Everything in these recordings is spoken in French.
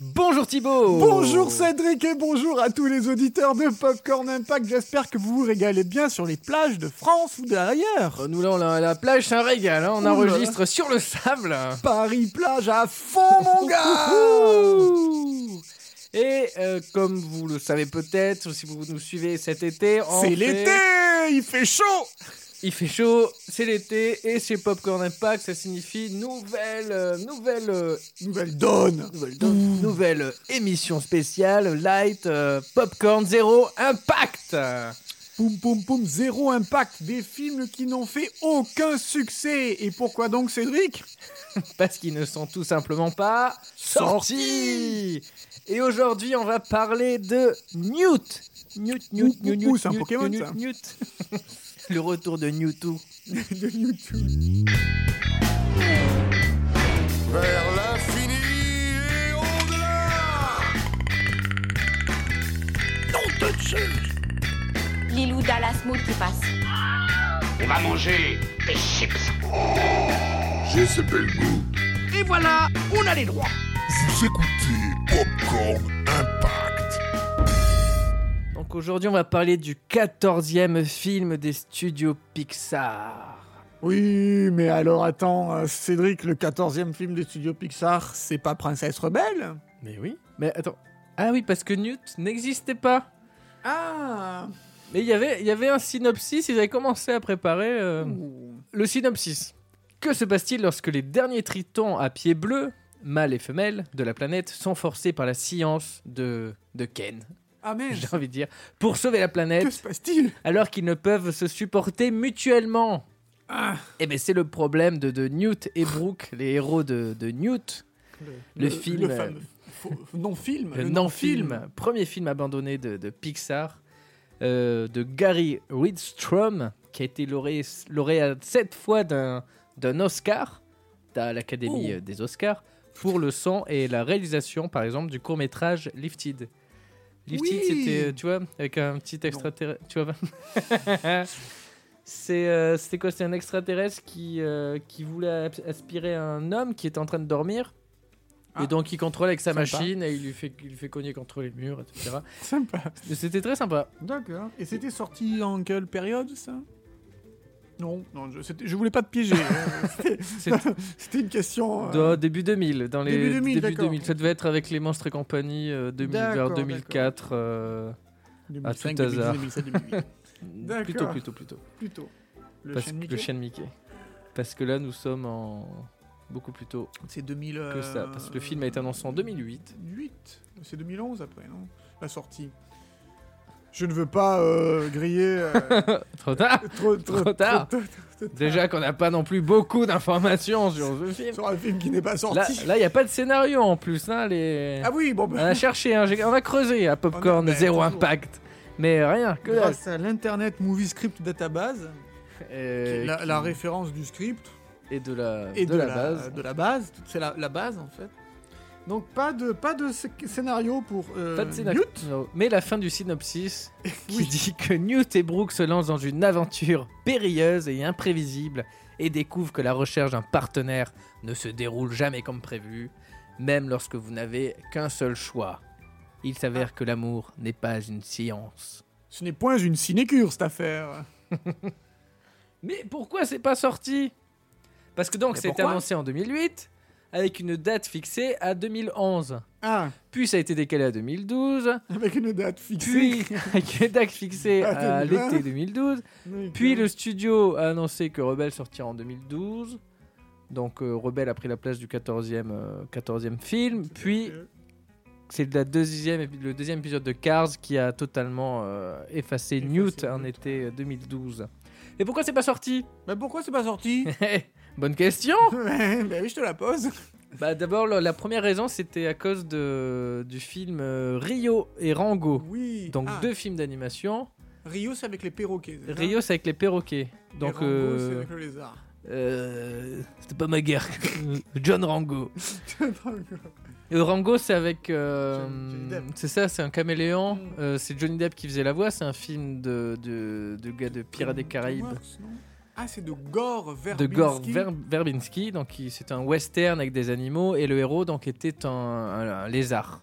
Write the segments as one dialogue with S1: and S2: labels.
S1: Bonjour Thibaut
S2: Bonjour Cédric et bonjour à tous les auditeurs de Popcorn Impact. J'espère que vous vous régalez bien sur les plages de France ou d'ailleurs.
S1: Euh, Nous là, on a- la plage, c'est un régal, hein. on
S2: Oula.
S1: enregistre sur le sable
S2: Paris plage à fond Oh mon gars.
S1: Ouh. Et euh, comme vous le savez peut-être, si vous nous suivez cet été, en
S2: C'est
S1: fait,
S2: l'été, il fait chaud.
S1: Il fait chaud, c'est l'été et c'est Popcorn Impact, ça signifie nouvelle, euh, nouvelle, euh,
S2: Nouvelle donne.
S1: nouvelle, nouvelle, euh, émission spéciale light euh, Popcorn Zéro Impact.
S2: Poum poum poum zéro impact des films qui n'ont fait aucun succès. Et pourquoi donc Cédric
S1: parce qu'ils ne sont tout simplement pas sortis. Et aujourd'hui, on va parler de Newt. Newt, Newt, Newt,
S2: Ouh, ouh, ouh,
S1: Newt,
S2: c'est un
S1: Newt,
S2: Pokémon,
S1: Newt,
S2: ça.
S1: Newt. Le retour de Newtwo.
S2: de YouTube.
S3: Vers l'infini et au-delà
S4: Lilou Dallas Mood qui passe.
S5: On va manger des chips.
S3: J'ai ce bel goût.
S5: Et voilà, on a les droits.
S3: Vous écoutez Popcorn Impact.
S1: Donc aujourd'hui, on va parler du 14e film des studios Pixar.
S2: Oui, mais alors attends, euh, Cédric, le 14e film des studios Pixar, c'est pas Princesse Rebelle
S1: Mais oui. Mais attends. Ah oui, parce que Newt n'existait pas.
S2: Ah
S1: Mais il y avait- il y avait un synopsis, ils avaient commencé à préparer. euh, Le synopsis. Que se passe-t-il lorsque les derniers tritons à pied bleu, mâles et femelles, de la planète sont forcés par la science de, de Ken,
S2: Ah merde
S1: j'ai envie de dire, pour sauver la
S2: Que se
S1: planète
S2: passe-t-il
S1: alors qu'ils ne peuvent se supporter mutuellement
S2: Ah.
S1: Eh bien c'est le problème de, de Newt et Brooke, les héros de, de Newt, Le film,
S2: Le
S1: euh,
S2: fameux faux- non-film.
S1: le non-film, premier Euh, film abandonné de, de Pixar, euh, de Gary Ridstrom, qui a été lauré- lauréat sept fois d'un d'un Oscar à l'Académie
S2: Oh.
S1: euh, des Oscars pour le son et la réalisation, par exemple, du court-métrage Lifted. Lifted,
S2: Oui.
S1: c'était, euh, tu vois, avec un petit extraterrestre. Tu vois C'est, euh, C'était quoi C'était un extraterrestre qui, euh, qui voulait as- aspirer un homme qui était en train de dormir.
S2: Ah.
S1: Et donc, il contrôle avec sa
S2: Sympa.
S1: machine et il lui fait, il lui fait cogner contre les murs, etc.
S2: Sympa.
S1: Mais C'était très sympa.
S2: D'accord. Et c'était sorti en quelle période, ça Non, non, je, c'était- je voulais pas te piéger. euh, c'était-
S1: C'était-
S2: c'était une question... euh,
S1: Dans- début 2000, dans les
S2: Début 2000, d'accord.
S1: Ça devait être avec les monstres et compagnie euh, 2000 vers
S2: D'accord,
S1: 2004. euh,
S2: 2005,
S1: tout hasard.
S2: 2006, 2008, D'accord.
S1: Plutôt, plutôt, plutôt.
S2: Plutôt. Le
S1: Parce
S2: chien
S1: que-
S2: de
S1: le
S2: Mickey,
S1: chien de Mickey. Parce que là, nous sommes en beaucoup plus tôt
S2: c'est 2000...
S1: que ça. Parce que le film a été annoncé en 2008.
S2: 2008. C'est 2011 après, non La sortie. Je ne veux pas euh, griller... euh,
S1: Trop tard
S2: trop, trop,
S1: Trop tard.
S2: trop- trop- trop-
S1: Déjà qu'on n'a pas non plus beaucoup d'informations sur ce film.
S2: Sur un film qui n'est pas sorti.
S1: Là, il n'y a pas de scénario en plus. hein, les...
S2: Ah oui, bon,
S1: On
S2: bah,
S1: a cherché, hein, j'ai- on a creusé à Popcorn,
S2: On a- ben,
S1: zéro
S2: toujours.
S1: impact. Mais rien, que dalle.
S2: grâce à l'Internet Movie Script Database, qui
S1: Euh,
S2: est la, la
S1: qui-
S2: référence du script
S1: et de la,
S2: et
S1: de la base.
S2: de la base, c'est la, la base en fait. Donc pas de pas de sc- scénario pour euh,
S1: Pas de scénario.
S2: Newt.
S1: Non. Mais la fin du synopsis qui
S2: Oui.
S1: dit que Newt et Brooke se lancent dans une aventure périlleuse et imprévisible et découvrent que la recherche d'un partenaire ne se déroule jamais comme prévu, même lorsque vous n'avez qu'un seul choix. Il s'avère
S2: Ah.
S1: que l'amour n'est pas une science.
S2: Ce n'est point une sinécure cette affaire.
S1: Mais pourquoi c'est pas sorti Parce que donc
S2: Mais
S1: c'était
S2: pourquoi
S1: annoncé en 2008 avec une date fixée à 2011.
S2: Ah,
S1: Puis ça a été décalé à 2012,
S2: avec une date fixée.
S1: puis avec une date fixée
S2: À
S1: à
S2: 2020.
S1: l'été 2012,
S2: Donc,
S1: Puis
S2: euh,
S1: le studio a annoncé que Rebelle sortira en 2012. Donc euh, Rebelle a pris la place du 14e, euh, 14e film. Puis
S2: Euh,
S1: c'est la deuxième, épi- le deuxième épisode de Cars qui a totalement euh, effacé,
S2: Effacé
S1: Newt en
S2: Newt.
S1: été euh, 2012. Et pourquoi c'est pas sorti Eh,
S2: Mais bah, pourquoi c'est pas sorti
S1: Bonne question
S2: Ouais, Bah oui, je te la pose.
S1: Bah d'abord la- la première raison c'était à cause de, du film euh, Rio et Rango.
S2: Oui.
S1: Oh. Donc
S2: Ah,
S1: deux films d'animation.
S2: Rio c'est avec les perroquets. c'est ça
S1: Rio c'est avec les perroquets.
S2: Et
S1: Donc
S2: Rambo,
S1: euh,
S2: c'est avec le lézard.
S1: Euh, c'était pas ma guerre. John Rango. Euh, Rango, c'est avec. euh,
S2: Johnny- Johnny Depp.
S1: c'est ça, c'est un caméléon.
S2: Mm.
S1: Euh, c'est Johnny Depp qui faisait la voix. C'est un film de, de, de gars de Pirates des Caraïbes.
S2: Dreamworks, non Ah, c'est de Gore Verbinski.
S1: de Gore Ver- Verbinski. Donc, qui- c'est un western avec des animaux et le héros donc était un, un- un lézard.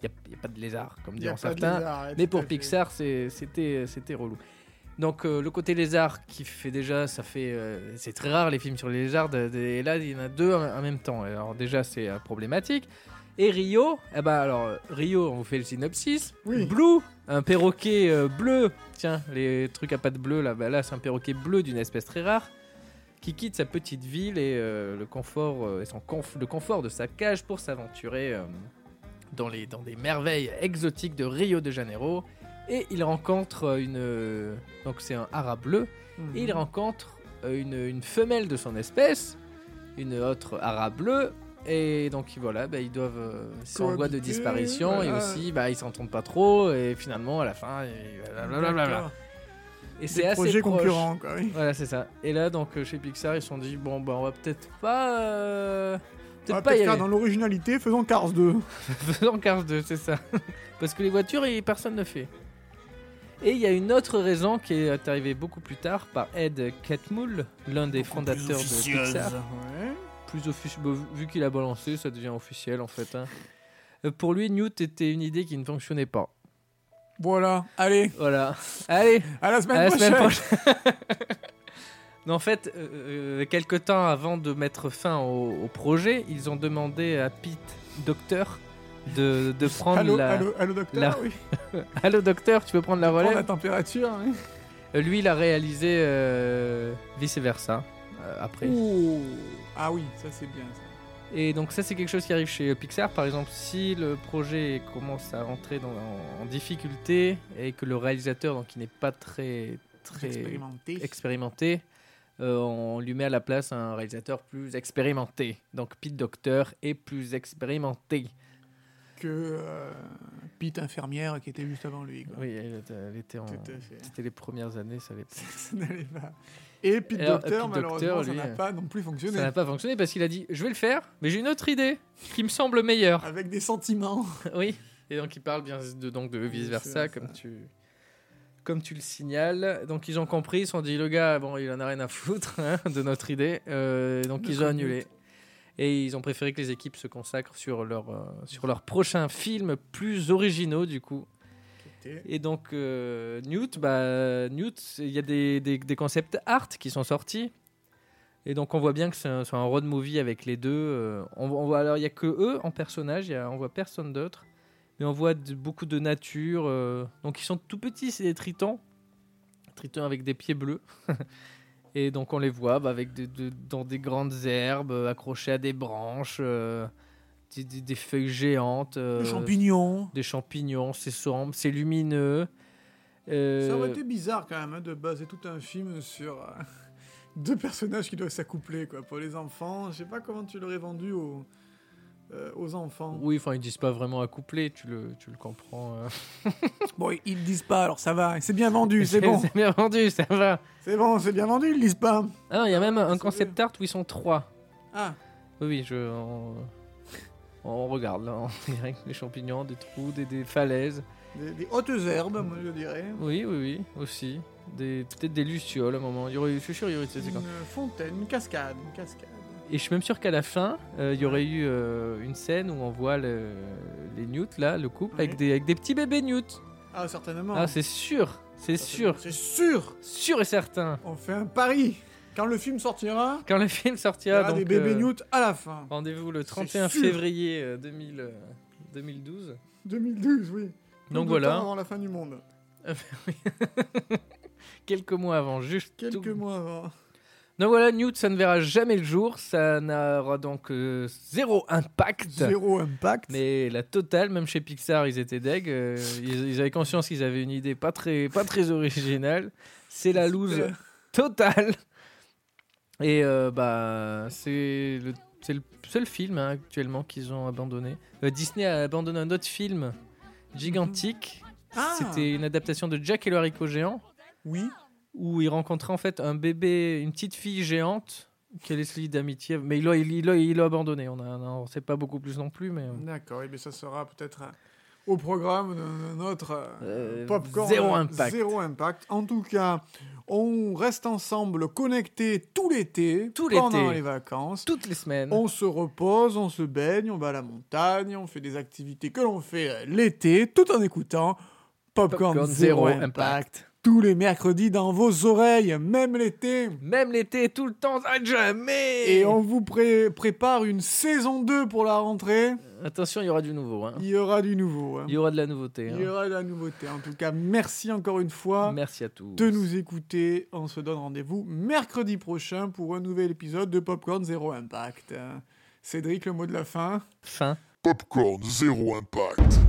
S1: Il n'y a, pas de lézard, comme diront certains. Mais pour Pixar, c'est- c'était c'était relou. Donc euh, le côté lézard qui fait déjà, ça fait, euh, c'est très rare les films sur les lézards. de- de- et là, il y en a deux en, en même temps. Alors déjà, c'est euh, problématique. Et Rio, eh ben alors euh, Rio, on vous fait le synopsis.
S2: Oui.
S1: Blue, un perroquet euh, bleu. Tiens, les trucs à pattes bleues là, bah là, c'est un perroquet bleu d'une espèce très rare qui quitte sa petite ville et euh, le confort euh, et son conf- le confort de sa cage pour s'aventurer euh, dans les dans des merveilles exotiques de Rio de Janeiro et il rencontre euh, une euh, donc c'est un hara bleu et il rencontre euh, une, une femelle de son espèce une autre hara bleu et donc voilà bah, ils doivent euh, ils sont en voie de
S2: Cohabiter,
S1: disparition et
S2: voilà.
S1: aussi bah ils s'entendent pas trop et finalement à la fin et blablabla. et c'est assez
S2: projet
S1: proche.
S2: concurrent, quoi. Oui.
S1: Voilà, c'est ça. Et là, donc, euh, chez Pixar, ils se sont dit, bon, bah, on va peut-être pas. euh,
S2: On
S1: Peut-être
S2: va
S1: pas
S2: peut-être
S1: y
S2: faire
S1: aller.
S2: dans l'originalité, faisons Cars 2.
S1: Faisons Cars 2, c'est ça. Parce que les voitures, et personne ne fait. Et il y a une autre raison qui est arrivée beaucoup plus tard par Ed Catmull, l'un des fondateurs de Pixar.
S2: Ouais.
S1: Plus offici- bah, vu- vu qu'il a balancé, ça devient officiel en fait. hein. Euh, Pour lui, Newt était une idée qui ne fonctionnait pas.
S2: Voilà, allez,
S1: Voilà. Allez,
S2: à la semaine
S1: À la
S2: prochaine.
S1: semaine prochaine. Mais en fait, euh, euh, quelque temps avant de mettre fin au, au projet, ils ont demandé à Pete Docteur de, de prendre
S2: Allô,
S1: la.
S2: allô, allô, docteur,
S1: la-
S2: oui.
S1: Allô, Docteur, tu peux prendre la
S2: Prends
S1: relève
S2: la température. hein.
S1: Euh, Lui, il a réalisé euh, vice versa euh, après.
S2: Ouh. Ah oui, ça c'est bien. ça.
S1: Et donc ça c'est quelque chose qui arrive chez euh, Pixar. Par exemple, si le projet commence à rentrer dans- en, en difficulté et que le réalisateur, donc qui n'est pas très très
S2: Expérimenté.
S1: expérimenté, euh, on lui met à la place un réalisateur plus expérimenté. Donc Pete Docteur est plus expérimenté.
S2: que euh, Pete infirmière qui était juste avant lui. Quoi.
S1: Oui, elle, était- elle était en...
S2: Tout à fait.
S1: C'était les premières années, ça allait-
S2: ça n'allait pas. Et Pete
S1: Alors, Pete
S2: Docteur,
S1: Docter,
S2: malheureusement,
S1: lui,
S2: ça n'a
S1: euh,
S2: pas non plus
S1: ça
S2: fonctionné.
S1: n'a pas fonctionné parce qu'il a dit je vais le faire, mais j'ai une autre idée qui me semble meilleure.
S2: Avec des sentiments.
S1: oui. Et donc il parle bien de donc de vice versa
S2: Vice-versa.
S1: comme tu comme tu le signales. Donc ils ont compris, ils se sont dit le gars bon il en a rien à foutre hein, de notre idée, Euh, donc
S2: De
S1: ils ont
S2: notre
S1: annulé. Et ils ont préféré que les équipes se consacrent sur leur euh, sur leurs prochains films plus originaux du coup. Et donc euh, Newt, bah Newt, c'est- il y a des, des, des concepts art qui sont sortis. Et donc on voit bien que c'est un, c'est un road movie avec les deux. euh, on, on voit alors il y a que eux en personnage, il y a, on voit personne d'autre. Mais on voit de- beaucoup de nature. euh, donc ils sont tout petits, c'est des tritons, tritons avec des pieds bleus. Et donc on les voit bah, avec des- de- dans des grandes herbes, euh, accrochés à des branches, euh, des, des- des feuilles géantes.
S2: Le
S1: euh,
S2: champignon.
S1: des champignons, c'est sombre, c'est lumineux. Euh,
S2: Ça aurait été bizarre quand même hein, de baser tout un film sur euh, deux personnages qui doivent s'accoupler quoi. Pour les enfants, je sais pas comment tu l'aurais vendu aux, euh, aux enfants.
S1: Oui, enfin, ils disent pas vraiment accouplé, tu le, tu le comprends. euh.
S2: Bon, ils- ils le disent pas, alors ça va. C'est bien vendu, c'est bon.
S1: bien vendu, ça va.
S2: C'est bon, c'est bien vendu, ils le disent pas.
S1: Ah non, il y a même un
S2: c'est
S1: concept art où ils sont trois.
S2: Ah,
S1: Oui, oui, je. On, on regarde là, en direct, des champignons, des trous, des, des falaises.
S2: des, des hautes herbes, moi je dirais.
S1: Oui, oui, oui, aussi. Des, peut-être des lucioles à un moment. Il y aurait, je suis sûr, il y aurait ces séquences.
S2: Une fontaine, une cascade, une cascade.
S1: Et je suis même sûr qu'à la fin, euh, il y aurait eu euh, une scène où on voit le- les newts, là, le couple, avec,
S2: Oui.
S1: des, avec des petits bébés newts.
S2: Ah, certainement.
S1: Ah, c'est sûr, c'est sûr,
S2: C'est sûr.
S1: sûr et certain.
S2: On fait un pari. Quand le film sortira,
S1: Quand le film
S2: il y
S1: sortira,
S2: aura
S1: Ah, donc
S2: des bébés
S1: euh,
S2: Newt à la fin.
S1: rendez-vous le 31
S2: sûr.
S1: février euh, 2000, euh, 2012.
S2: 2012, oui. Plus
S1: Donc
S2: de temps
S1: voilà,
S2: Avant la fin du monde.
S1: quelques mois avant, juste.
S2: Quelques
S1: tout-
S2: mois avant.
S1: Donc voilà, Newt, ça ne verra jamais le jour, ça n'aura donc euh, zéro impact.
S2: Zéro impact.
S1: Mais la totale, même chez Pixar, ils étaient deg. euh, ils, ils avaient conscience qu'ils avaient une idée pas très, pas très originale. C'est la loose totale. Et euh, bah, c'est le, c'est le seul film hein, actuellement qu'ils ont abandonné. Euh, Disney a abandonné un autre film gigantique.
S2: Ah.
S1: C'était une adaptation de Jack et le haricot géant
S2: Oui.
S1: où il rencontrait en fait un bébé, une petite fille géante qui allait se lier d'amitié. Mais il l'a il, il l'a- il l'a abandonné. On ne sait pas beaucoup plus non plus. Mais... euh,
S2: D'accord, et bien ça sera peut-être un, au programme de, de notre euh,
S1: Euh,
S2: popcorn.
S1: zéro impact.
S2: Zéro impact. En tout cas, on reste ensemble, connectés tout l'été,
S1: Tout
S2: pendant
S1: l'été.
S2: les vacances.
S1: Toutes les semaines.
S2: On se repose, on se baigne, on va à la montagne, on fait des activités que l'on fait euh, l'été, tout en écoutant Popcorn,
S1: Popcorn Zéro
S2: Zéro Impact.
S1: Impact.
S2: Tous les mercredis dans vos oreilles, même l'été.
S1: Même l'été, tout le temps, à jamais
S2: Et on vous pré- prépare une saison 2 pour la rentrée.
S1: Attention, il y aura du nouveau. hein.
S2: Il y aura du nouveau. hein.
S1: Il y aura de la nouveauté.
S2: Il y
S1: hein.
S2: aura de la nouveauté. En tout cas, merci encore une fois
S1: Merci à tous.
S2: de nous écouter. On se donne rendez-vous mercredi prochain pour un nouvel épisode de Popcorn Zéro Impact. Euh, Cédric, le mot de la fin.
S1: Fin.
S3: Popcorn Zéro Impact.